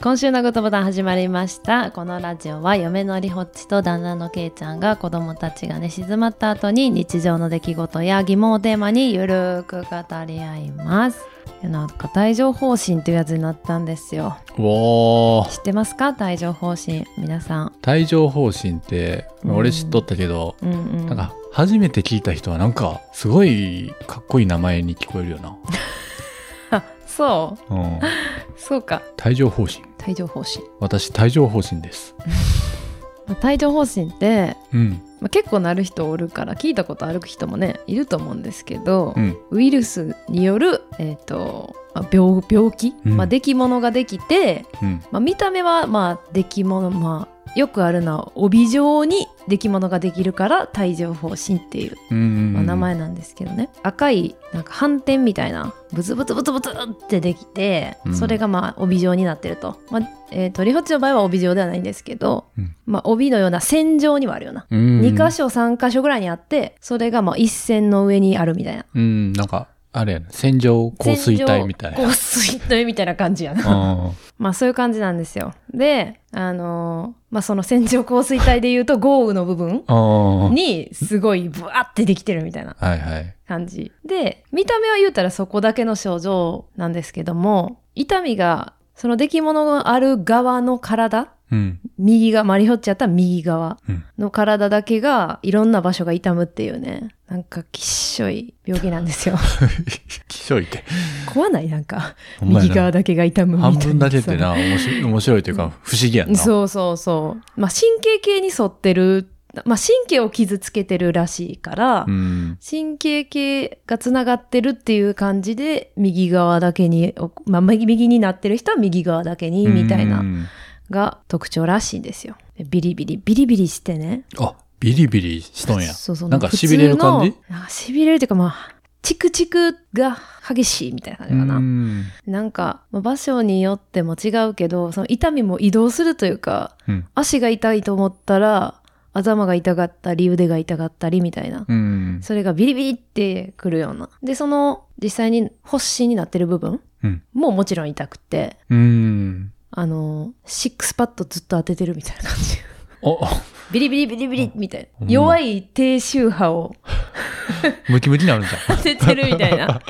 今週のグッドボタン始まりましたこのラジオは嫁のりほっちと旦那のけいちゃんが子供たちが寝静まった後に日常の出来事や疑問をテーマにゆるーく語り合いますなんか帯状疱疹っていうやつになったんですよおー知ってますか帯状疱疹皆さん帯状疱疹って、まあうん俺知っとったけど、うんうんなんか初めて聞いた人はなんかすごいかっこいい名前に聞こえるよな、あ そううん、そうか帯状疱疹帯状疱疹、私帯状疱疹ですまあ、帯状疱疹って、うんまあ、結構なる人おるから聞いたことある人もねいると思うんですけど、うんウイルスによる、えーとまあ、病病気、うんまあ、できものができて、うんまあ、見た目はまあできもの、まあ、よくあるのは帯状にできものができるから帯状疱疹っていう、うんうんまあ、名前なんですけどね、赤いなんか斑点みたいなブツブツブツブツってできて、うんそれがまあ帯状になってると、まあえー、とリホッチの場合は帯状ではないんですけど、うんまあ、帯のような線状にはあるような。うん2箇所3箇所ぐらいにあってそれがまあ一線の上にあるみたいなうんなんかあれやね線状降水帯みたい降水帯みたいな感じやな。な まあそういう感じなんですよ。で、あのーまあその線状降水帯で言うと豪雨の部分うんうんにすごいブワってできてるみたいなはいはい感じ。で、見た目は言うたらそこだけの症状なんですけども、痛みがその出来物がある側の体うん 右側、マリホッチやったら右側うんの体だけがいろんな場所が痛むっていうね、なんかきっしょい病気なんです よ。気象いって怖ないなんか。ほんまや右な側だけが痛むみたい半な分だけってな面白い面白いというか不思議やんなそうそうそうまあ神経系に沿ってる、まあ、神経を傷つけてるらしいから、うん神経系がつながってるっていう感じで右側だけに、おまあ、右右になってる人は右側だけにみたいうなんが特徴らしいんですよでビリビリビリビリしてねあビリビリしとんやそうそうなんか痺れる感じ普通のあ痺れるっていうかまあチクチクが激しいみたいな感じかな、うんなんか、まあ場所によっても違うけど、その痛みも移動するというか、うん足が痛いと思ったら、頭が痛かったり、腕が痛かったりみたいな。うんそれがビリビリってくるような。で、その、実際に発疹になってる部分うんももちろん痛くて、うんあの、シックスパッドずっと当ててるみたいな感 じ。あビリビリビリビリみたいほな。んま弱い低周波を ムキムキになるんじゃ当ててるみたい な。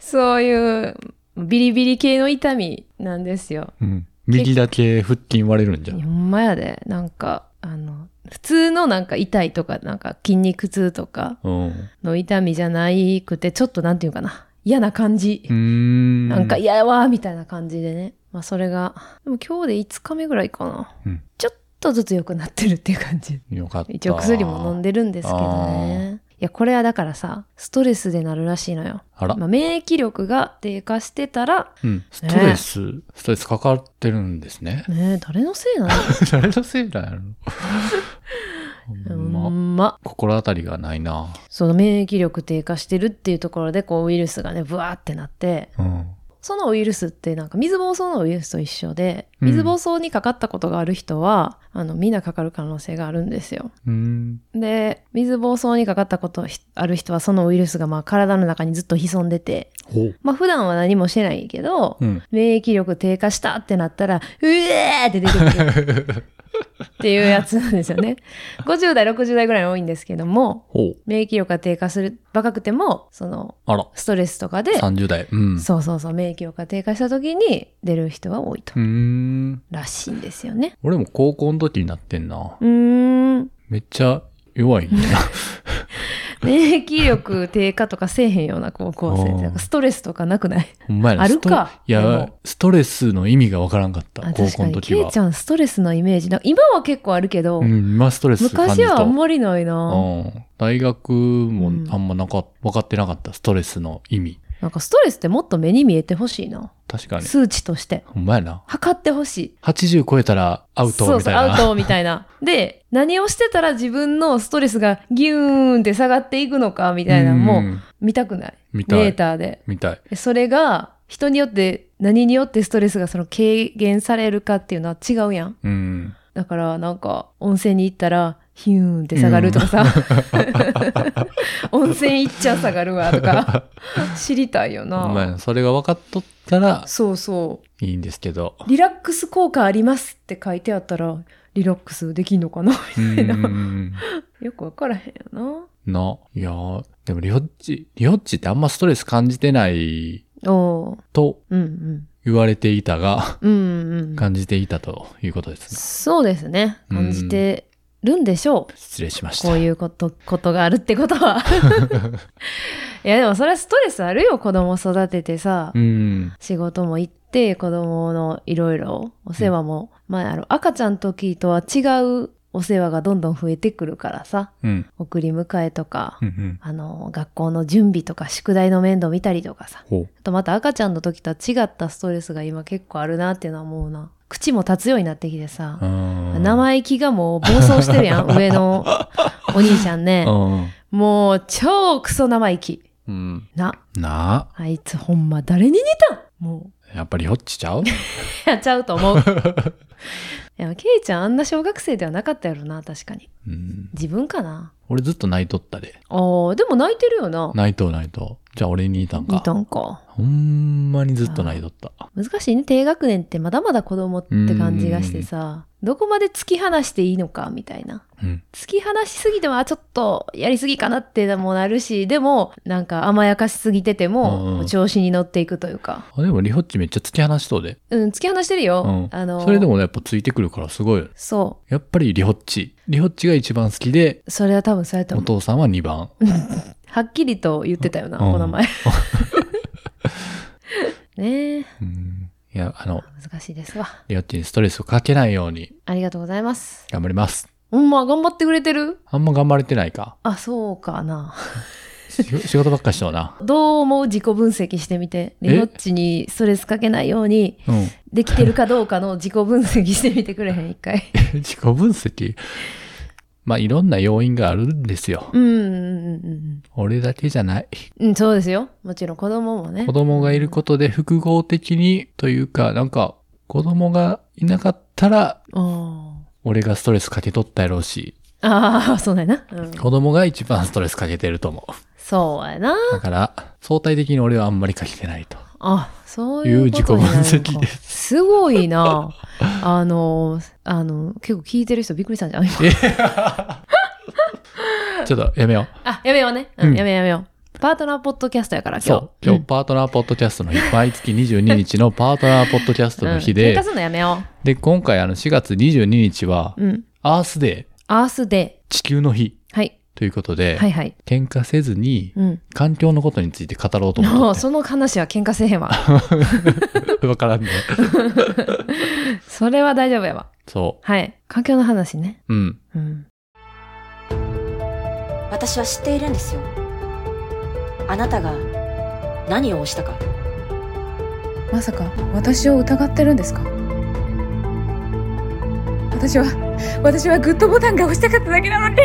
そういう、ビリビリ系の痛みなんですよ。 ん、うん、右だけ腹筋割れるんじゃんほんまやでなんかあの普通のなんか痛いとかなんか筋肉痛とかうんうの痛みじゃないくてちょっとなんていうかな嫌な感じ、ーんなんか嫌やわーみたいな感じでねまあそれがでも今日で5日目ぐらいかな、うんちょっとずつ良くなってるっていう感じよかった一応薬も飲んででるんですけどねいやこれはだからさストレスでなるらしいのよ、あら、まあ、免疫力が低下してたらうん、ストレス、ストレスかかってるんです ねねえ誰のせいな誰のせい だよ ほんのほまんま心当たりがないなその免疫力低下してるっていうところでこうウイルスがねブワーってなってうんそのウイルスってなんか水疱瘡のウイルスと一緒でうん水疱瘡にかかったことがある人は、あのみんなかかる可能性があるんですよ。うんで水疱瘡にかかったことひある人はそのウイルスがまあ体の中にずっと潜んでてほうまあ普段は何もしてないけど、うん 免疫力低下したってなったらうえーって出てくるっていうやつなんですよ ね。50代60代ぐらいに多いんですけどもほう免疫力が低下する若くてもそのあらストレスとかで、 30代うんそうそうそう免疫力が低下した時に出る人が多いと、うーんらしいんですよね俺も高校の時になってんなうーんめっちゃ弱いね免疫力低下とかせえへんような高校生ってなんかストレスとかなくない ほんまやなあるかストいやでもストレスの意味がわからんかったあ高確校かのに時ケはイちゃんストレスのイメージなんか今は結構あるけど、うん今ストレス感じ昔たはあんまりないなうん、大学もあんまなか、分かってなかったストレスの意味なんかストレスってもっと目に見えてほしいな確かに数値としてほんまやな測ってほしい80超えたらアウトみたいそうそうアウなトみたいな。で、何をしてたら自分のストレスがギューンって下がっていくのかみたいなのうもん見たくない。見たデいータで。見たいでそれが人によって何によってストレスがその軽減されるかっていうのは違うやん。うんだからなんか温泉に行ったらヒューンって下がるとかさ。 温泉行っちゃ下がるわとか知りたいよな、まあ、それが分かっとったらそうそいいんですけど。うリラックス効果ありますって書いてあったらリラックスできんのかな ういな ーん。よく分からへんよなな。いやーでもリホッチ、リホッチってあんまストレス感じてないおーとうん言われていたが、うんうんうん感じていたということですね。そうですねうん感じてるんでしょう、失礼しました。こういうことことがあるってこと はいやでもそれはストレスあるよ子供育ててさ、うん。仕事も行って子供のいろいろお世話も、まああの赤ちゃんの時とは違うお世話がどんどん増えてくるからさうん。送り迎えとか、うんうん。あの学校の準備とか宿題の面倒見たりとかさほあとまた赤ちゃんの時とは違ったストレスが今結構あるなっていうのは思うな口も立つようになってきてさう。う、ん。生意気がもう暴走してるや ん上のお兄ちゃんねうん。もう超クソ生意気うん。ななあいつほんま誰に似たんもうあ。やっぱりリホッチちゃうやっちゃうと思 う。いや、ケイちゃんあんな小学生ではなかったやろな、確かに。うん。自分かな。俺ずっと泣いとったで。あー、でも泣いてるよな。泣いとう泣いとう。じゃあ俺にいたんか。いたんか。ほんまにずっと泣いとった。難しいね。低学年ってまだまだ子供って感じがしてさ、どこまで突き放していいのか、みたいな。うん。突き放しすぎても、あ、ちょっとやりすぎかなってもなるし、でも、なんか甘やかしすぎててうんも、調子に乗っていくというか。あでもリホッチめっちゃ突き放しそうで。うん、突き放してるよ。うんあの、それで。もやっぱついてくるからすごい。そやっぱりリホッチ。リホッチが一番好きで、う。それは多分そうやとお思う。父さんは2番。はっきりと言ってたよな、うんこの前。 ねえ、うん。いや、あの、難しいですわ。リホッチにストレスをかけないようにありがとうございます。頑張ります。ほんま、頑張ってくれてるあんま頑張れてないか。あ、そうかな。し 仕事ばっかしとうな。どう思う自己分析してみて。えリホッチにストレスかけないようにうん。できてるかどうかの自己分析してみてくれへん、一 回。自己分析。まあ、いろんな要因があるんですよ。うん、うん、うん俺だけじゃない。うん。うん、そうですよ。もちろん子供もね子。供がいることで複合的にというか、なんか、子供がいなかったら、あ俺がストレスかけとったやろうし、あ。ああ、そうだよな。うん、子供が一番ストレスかけてると思う。そうやな。だから、相対的に俺はあんまりかけてないと。あ、そういうことになるのか。いう自己分析ですごいな。あの、あの、結構聞いてる人びっくりしたんじゃない今ちょっとやめよあ、やめようね。う、うんんやめようやめよう。パートナーポッドキャストやからう。今日。そう。今う日、パートナーポッドキャストの日、毎月22日のパートナーポッドキャストんの日うん喧で嘩、すんのやめよで、今回あの4月22日は、う。うん。アースデー、アースデ地球の日ー。はい。ということで、はいはい。喧嘩せずに、うん。環境のことについて語ろうと思もっう、 てその話は喧嘩せえへん わ。て。わからんね。それは大丈夫やわ。そはい。環境の話ね。う。うん。うん。私は知っているんですよあなたが何をしたかまさか私を疑ってるんですか私は私はグッドボタンが押したかっただけなのに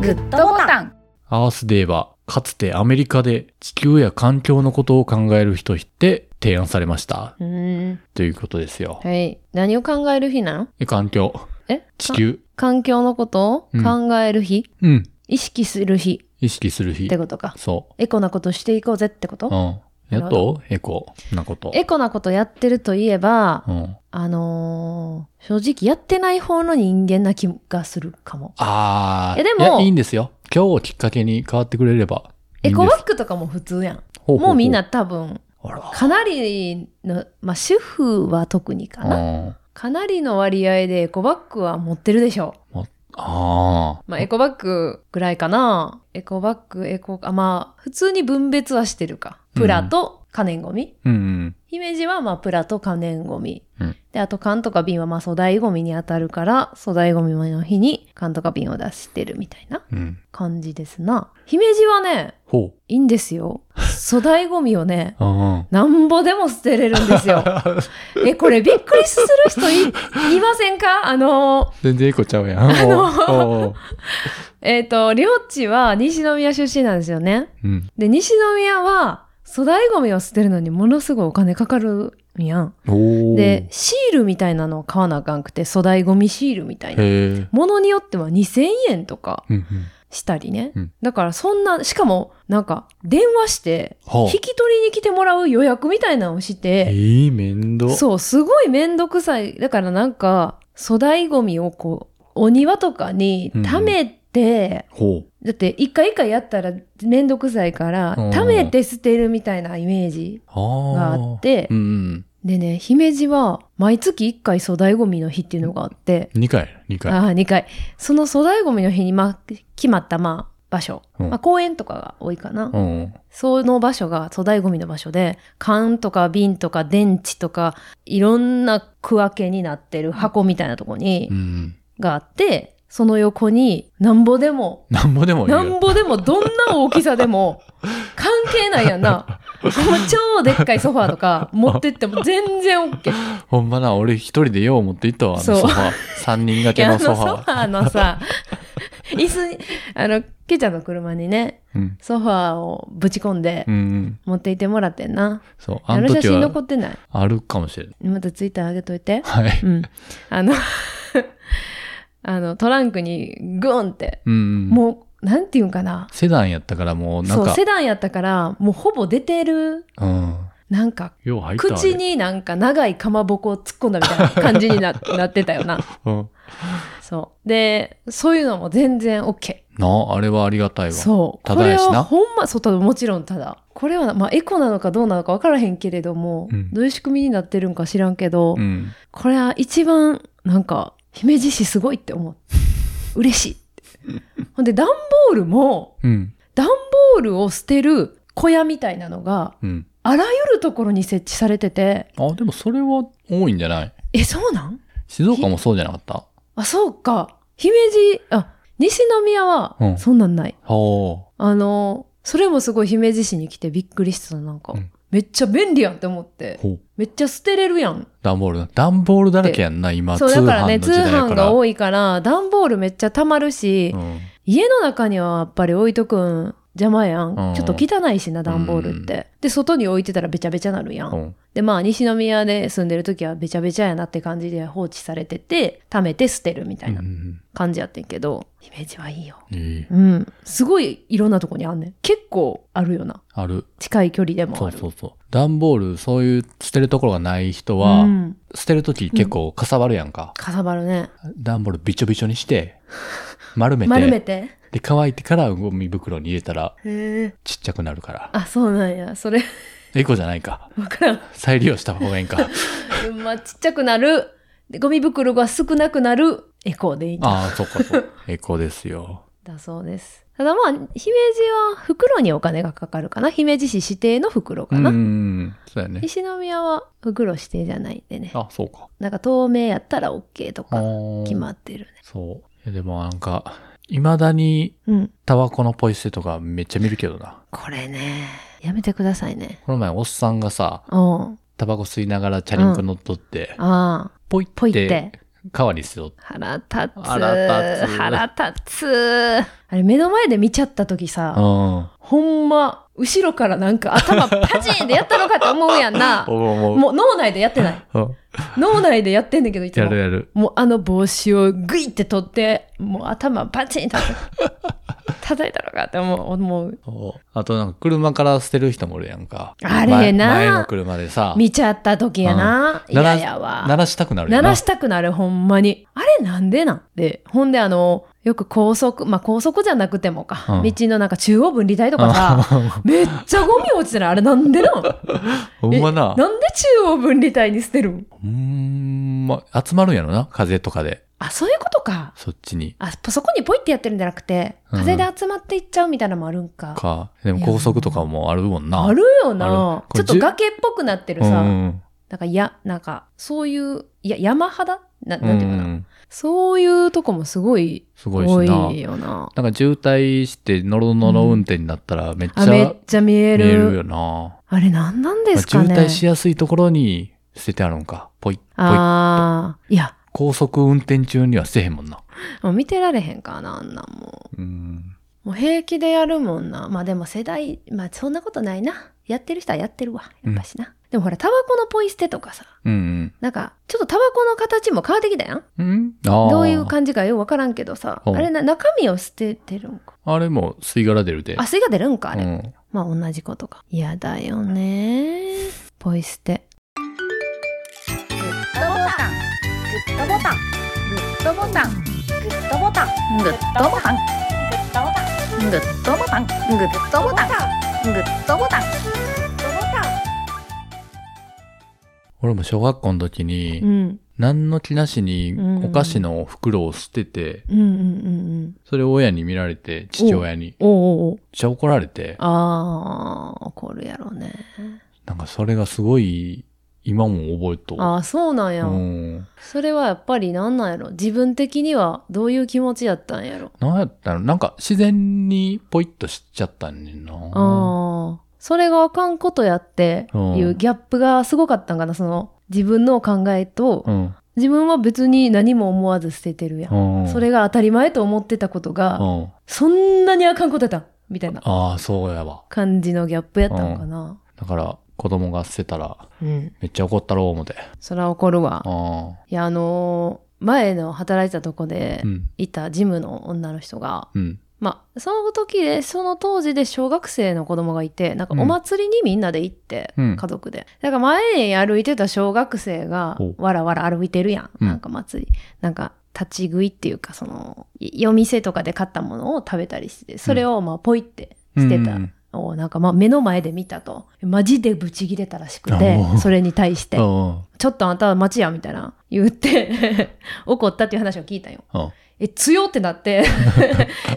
グッドボタンンアースデーは、かつてアメリカで地球や環境のことを考える人って提案されました。うーん。ということですよ。はい。何を考える日なのえ環境。え地か球。環境のことをうん考える日、うん。意識する日意識する日って。ことか。そエコなことしていこうぜってことう。うん。やっとエコなこと。エコなことやってるといえば、うん。あのー正直やってない方の人間な気がするかも。あー。えでもいやいいんですよ。今日をきっかけに変わってくれればいエいんです。コバッグとかも普通やん。ほほほもうみん。な多分、あら。かなりの、まあ、主婦は特にかな。うん。かなりの割合でエコバッグは持ってるでしょあう。まあ、エコバッグぐらいかな。エコバッグ、エコ、あ、まあ、普通に分別はしてるか。プラと可燃ゴミ。ー。うん。姫路はまあプラと可燃ゴミ、うんであと缶とか瓶はまあ粗大ゴミに当たるから粗大ゴミの日に缶とか瓶を出してるみたいなうん。感じですな姫路はねほいいんですよ粗大ゴミをねう。うん。なんぼでも捨てれるんです よえこれびっくりする人いいませんかあの全然エコちゃうやん。あのえっ、と両地は西宮出身なんですよねうん。で西宮は粗大ゴミを捨てるのにものすごいお金かかるんやんおーで、シールみたいなのを買わなあかんくて、粗大ゴミシールみたいな。へえ。ものによっては2000円とか。うんしたりね、うんだからそんなしかもなんか電話してはあ引き取りに来てもらう予約みたいなのをして、えー、面倒。そうすごい面倒くさいだからなんか粗大ごみをこうお庭とかに溜めて、ほう。だって一回一回やったら面倒くさいから、うん溜めて捨てるみたいなイメージがあああっ。てう、んでね姫路は毎月1回粗大ごみの日っていうのがあって、うん。2回、2回。ああ2回その粗大ごみの日に、まあ、決まったまあ場所、うんまあ、公園とかが多いかな、うん。その場所が粗大ごみの場所で缶とか瓶とか電池とかいろんな区分けになってる箱みたいなとこに、うん。があってその横になんぼでもなんぼでもいいなんよ。ぼでもどんな大きさで も関係ないやんな。もう超でっかいソファーとか 持ってっても全然 OK。ほんまな、俺一人でよう持っていったわ、あのそうソファー。3人掛いけやあののソソフファァー。ーのさ、 椅子に、あの、ケちゃんの車にね、うん。ソファーをぶち込んでうんうん。持っていてもらってんな。そう。ああのの写時真は残ってない。あるかもしれない。またツイッター上げといて。はい。うん。あの、 あの、トランクにグーンって、うん。もう。もう、なんていうんかな。セダンやったからもう、なんそう、か。セダンやったから、もうほぼ出てる、うん。なんかよう入ったわ口。になんか長いかまぼこを突っ込んだみたいな感じにな なってたよな。あれうん。そう。で、そういうのも全然 OK。なあ、あれはありがたいわ。そう。たこだれやしなはほんま、そう、ただもちろんただ。これは、まあ、エコなのかどうなのか分からへんけれども、うんどういう仕組みになってるんか知らんけど、うん。これは一番、なんか、姫路市すごいって思う。嬉しいって。ほんで、段ボールも、うん。段ボールを捨てる小屋みたいなのが、うん。あらゆるところに設置されてて、あ、でもそれは多いんじゃないえ、そうなん静岡もそうじゃなかったあ、そうか。姫路、あ、西宮はう、んそんなんない。はあの、それもすごい姫路市に来てびっくりした、なんか。うんめっちゃ便利やんって思ってあ。。ほう。めっちゃ捨てれるやん。段ボールだ。段ボールだらけやんな、今。そう、だからね、通通販の時代や販からが多いから、段ボールめっちゃ溜まるし、うん。家の中にはやっぱり置いとくん邪魔やん。うんちょっと汚いしな、段ボールって。で、外に置いてたらべちゃべちゃなるやん。うん。で、まあ、西宮で住んでる時はべちゃべちゃやなって感じで放置されてて、溜めて捨てるみたいな。うん感じやってんけど、姫路はいいよ。うんいいうん。すごいいろんなとこにあんねん。結構あるよな。ある。近い距離でもそあうる。そうそう。段ボール、そういう捨てるところがない人は、うん。捨てるとき結構かさばるやんか。かさばるね。段ボールびちょびちょ にして、丸めて、丸めて。で、乾いてからゴミ袋に入れたらへえ。ちっちゃくなるから。あ、そうなんや。それ、 エコじゃないか。わからん。再利用した方がいいんか。うんまあ、ちっちゃくなる。でゴミ袋が少なくなる。エコーでいいんだああ、そっ かそう。エコですよ。だそうです。ただまあ、姫路は袋にお金がかかるかな。姫路市指定の袋うかんな。うんうん。そうだよね。西宮は袋指定じゃないんでね。あ、そうか。なんか透明やったら OK とか決まっってるね。そういや。でもなんか、未だにうん。タバコのポイ捨てとかめっちゃ見るけどな。これね、やめてくださいね。この前おっさんがさ、うん。タバコ吸いながらチャリンコ乗っとって、ああ、ポイっぽいってて。川に捨てとって。腹立つ。腹立つ腹立つ。あれ、目の前で見ちゃった時さ、うん。思。ほんま、後ろからなんか頭 パチンでやったのかと思うやんな う思う。もう脳内でやってない。うん脳内でやってんだけど、いつやるも。やる。もうあの帽子をグイって取って、もう頭パチン 叩く。叩いたのかって思う。思うそうあとなんか車から捨てる人もおるやんか。あれな前前の車でさ、見ちゃった時やな。うん鳴ら嫌やわ。鳴らしたくなるよ鳴な。らしたくなるほんまにあれなんでなんでほんであのよく高速まあ高速じゃなくてもか、うん道のなんか中央分離帯とかさめっちゃゴミ落ちてないあれなんでなん ほんまなえ。なんで中央分離帯に捨てるんほんま、集まるんやろな、風とかで。あそういうことかそっちに。あそこにポイってやってるんじゃなくてうん風で集まっていっちゃうみたいなのもあるんか、か。でも高速とかもあるもんな。あるよなあちょるっと崖っぽくなってるうさ、んうんなんかやなんかそういうや山肌なうん。なんていうかな、ん。そういうとこもすごいすごいし多な。いよななんか渋滞してノロノロ運転になったらめっちゃあめっちゃ見え見るえるよな。あれ何なんまであす渋かね滞しやすいところに捨ててあるんか。ぽい、ぽい。ああいや高速運転中にはせえへんもんな。もう見てられへんからなあんなんもうん。うもう平気でやるもんなまあでも世代まあそんなことないなやってる人はやってるわ。うやんっぱしな。でもほら、タバコのポイ捨てとかさ、うんなんか、ちょっとタバコの形も変わってきたやんうん。うんああ。どういう感じかよくわからんけどさ、ほうあれな、中身を捨ててるんか。あれも吸い殻出るで。あ、吸いが出るんか、あれ。うん。まあ同じことか。嫌だよね。ポイ捨て。グッドボタングッドボタングッドボタングッドボタングッドボタングッドボタングッドボタングッドボタングッドボタン俺も小学校の時うに、ん。何の気なしにうんお菓子の袋を捨てて、うんうんうんうん。それを親に見られて、父親に。めっおうおうおうちゃ怒られて、ああ、怒るやろうね。なんかそれがすごい、今も覚えとう。ああ、そうなんや。うん。それはやっぱりなんなんやろ。自分的にはどういう気持ちやったんやろ。なんやったのなんか自然にポイッとしちゃったんねんな。ああ。それがあかんことやっていうんうギャップがすごかったんかな。その自分の考えと、うん。自分は別に何も思わず捨ててるやん。うん。それが当たり前と思ってたことが、うん。そんなにあかんことやったんみたいなああ、そうやわ。感じのギャップやったんかな。だから、子供が捨てたら、うん。めっちゃ怒ったろう思て。そら怒るわ。ああ。いや、あのー前の働いてたとこでうん。いたジムの女の人が、うん。まあ、その時で、その当時で小学生の子供がいて、なんかうんお祭りにみんなで行って、うん家族で。だから前に歩いてた小学生がほ、うわらわら歩いてるやん。うんなんか祭り。なんか、立ち食いっていうか、その、い夜店とかで買ったものを食べたりして、それをまあ、ポイって捨てたうんのを、なんかまあ、目の前で見たと。マジでブチギレたらしくておう、それに対してう、ん。うんちょっとあんたは町や、みたいな言って、 怒ったっていう話を聞いたんよ。うん。え、強ってなって、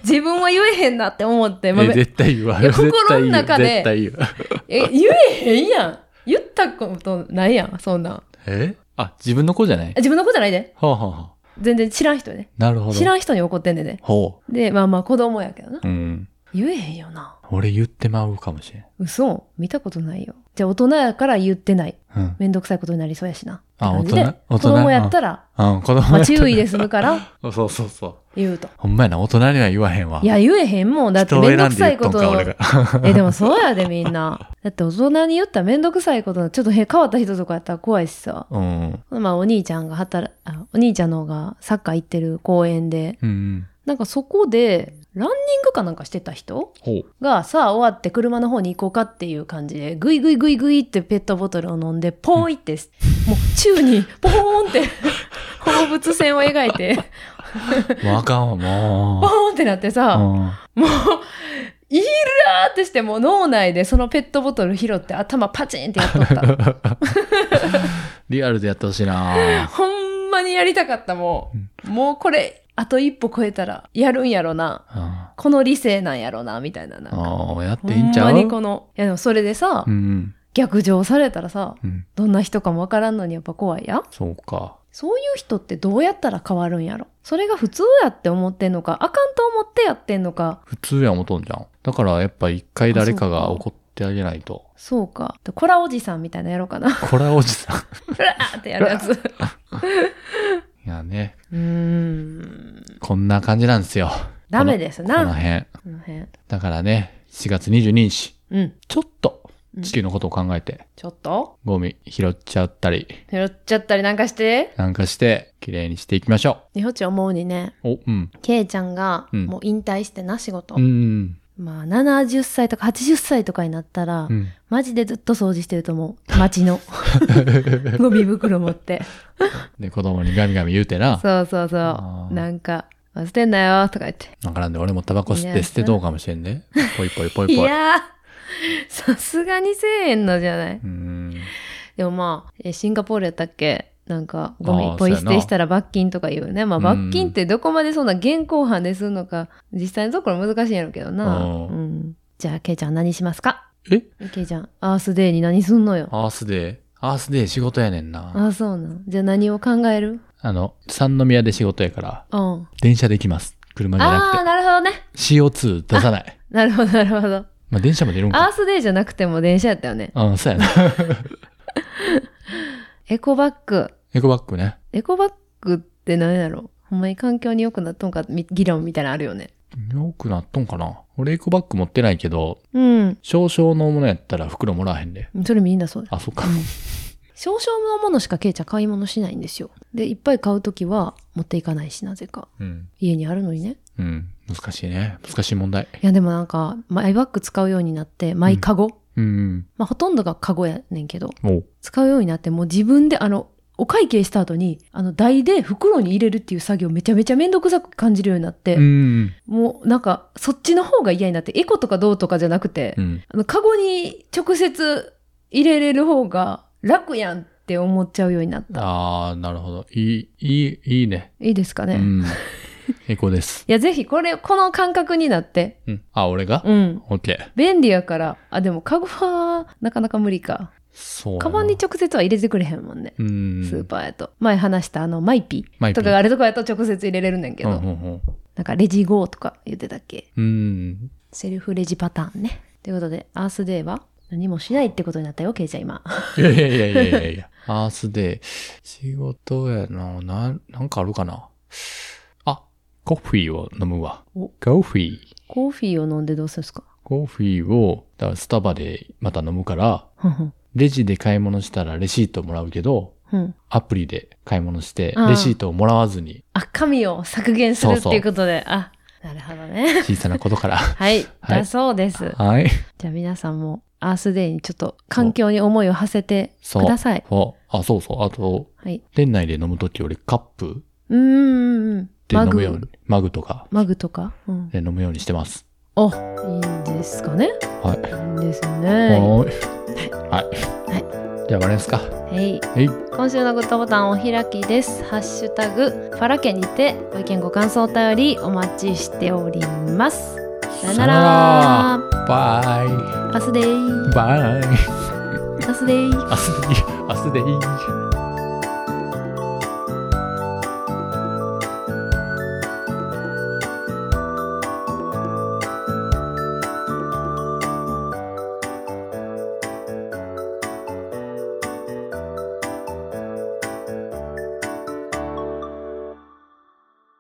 自分は言えへんなって思って、まあえ、絶対言うわ。いや絶対心の言う。中で絶対言う。え言えへんやん。言ったことないやん、そんなん。えあ、自分の子じゃないあ自分のことじゃないで。はあ、はあはあ、全然知らん人やで。なるほど。知らん人に怒ってんねんで。ほで、まあまあ子供やけどな。う。うん。言えへんよな。俺言ってまうかもしれん。嘘見たことないよ。じゃあ大人やから言ってない。うん。めんどくさいことになりそうやしな。あって感じで大人大人子供やったら、あ子供やったまらあ注意で済むからそうそうそう。言う と。ほんまやな、大人には言わへんわ。いや、言えへんもん。だって人をめんど選くんでさ言いっことんか、俺が。 え、でもそうやでみんな。だって大人に言ったらめんどくさいこと、ちょっとへ変わった人とかやったら怖いしさ。うん。まあお兄ちゃんが働、あお兄ちゃんの方がサッカー行ってる公園で、うん。なんかそこで、ランニングかなんかしてた人ほう。が、さあ終わって車の方に行こうかっていう感じで、ぐいぐいぐいぐいってペットボトルを飲んで、ポーイって、もう宙にポーンって、放物線を描いて、もうあかんわ、ポーもンってなってう。さ、うん。 もう、いらーってして、もう脳内でそのペットボトル拾って頭パチンってやっとった。リアルでやってほしいなほんまにやりたかった、もう。もうこれ、あと一歩超えたら、やるんやろな。あこの理性なんやろな、みたいな。なんかああ、やっほていいんんちゃまうにこの、いやでもそれでさ、うん。逆上されたらさ、うん。どんな人かもわからんのにやっぱ怖いやん。そうか。そういう人ってどうやったら変わるんやろ。それが普通やって思ってんのか、あかんと思ってやってんのか、普通や思とんじゃん。だからやっぱ一回誰かが怒ってあげないと。そうか。コラおじさんみたいなやろうかな。 これはおじさん。ふらーってやるやつ。いやね、うーん。こんな感じなんですよ。ダメですこのな。辺。この辺。だからね、4月22日、うん。ちょっとうん地球のことを考えて、ちょっとゴミ拾っちゃったり拾っちゃったりなんかして。なんかして、綺麗にしていきましょ日本ち思うにね、う。お、うん。ケイちゃんがうんもう引退してな、仕事。うん。まあ、70歳とか80歳とかになったら、 うん。マジでずっと掃除してると思う。街 の。ゴミ袋持って。で、子供にガミガミ言うてな。そうそうそあう。ーなんか、捨てんなよとか言って。わからんで、俺もタバコ吸っいやて捨てとうかもしれんね。ぽいぽいぽいぽい。いやー、さすがにせえへんのじゃない。うん。でもまあ、えシンガポールやったっけなんか、ゴあミーポイそ捨うやてなしたら罰金とか言うね。まあ、うん罰金ってどこまでそんな現行犯ですんのか、実際のところ難しいんやろうけどな。うんうん。じゃあ、ケイちゃん何しますかえケイちゃん、アースデーに何すんのよ。アースデーアースデー仕事やねんあな。あ、そうなん。じゃあ何を考えるあの、三宮で仕事やから、うん。あ電車で行きます。車じゃあー、ななるほどね。くて。CO2 出さない。なるほど、なるほど。まあ、電車も出るんアか。ースデーじゃなくても電車やったよね。うん、そうやな。 エコバッグ。エコバッグね。エコバッグって何やろほんまに環境に良くなっとんかみ議論みたいなのあるよね。よくなっとんかな。俺エコバッグ持ってないけど、うん。少々のものやったら袋もらわへんで。それみんなそうだ。あ、そっかう。ん少々のものしかケイちゃん買い物しないんですよ。で、いっぱい買うときは持っていかないし、なぜか。うん。家にあるのにね。うん。難しいね。難しい問題。いや、でもなんか、マイバッグ使うようになって、マイカゴ。うん。まあ、ほとんどがカゴやねんけど、おう使うようになって、もう自分で、あの、お会計した後に、あの、台で袋に入れるっていう作業めちゃめちゃめんどくさく感じるようになって、うん。もうなんか、そっちの方が嫌になって、エコとかどうとかじゃなくて、うん。あの、カゴに直接入れれる方が楽やんって思っちゃうようになった。あー、なるほど。いい、いい、いいね。いいですかね。うい ん。エコです。や、ぜひこれ、この感覚になって。うん。あ、俺がうん。オッケー。便利やから。あ、でも、カゴは、なかなか無理か。そうやな。カバンに直接は入れてくれへんもんね。うん。スーパーやと。前話した、あの、マイピマイーピとーかがあれとかやと直接入れれるねんけど。うんうんなんか、レジゴーとか言ってたっけ。うん。うん。セルフレジパターンね。ということで、アースデーは何もしないってことになったよ、ケイちゃん今。いやいやいやいやいやい や。アースデー。仕事やな。な、なんかあるかな。あ、コーヒーを飲むわ。おコーヒー。コーヒーを飲んでどうするんですかコーヒーを、だからスタバでまた飲むから、ふんふんレジで買い物したらレシートもらうけど、ふんアプリで買い物して、ああレシートをもらわずに、あ、紙を削減するっそうてそういうことで。あ、なるほどね。小さなこと から。はい、はいだそうです。はい。じゃあ皆さんも、アースデーにちょっと環境に思いを馳せてそくう。ださい。そう。あ、そうそう。あと、はい。店内で飲むとき俺カップうーん。でマ飲むように、マググ、とかマグとか、うん、で飲むようにしてます。お、いいんですかねはい。いいんですよね。はーい。はい。じゃあ終わりますか。はい。はい。今週のグッドボタンお開きです。ハッシュタグ、ファラ家にてご意見ご感想お便りお待ちしております。さよなら。バイ。明日でー。バイ。明日でー。明日でいい。明日でいい。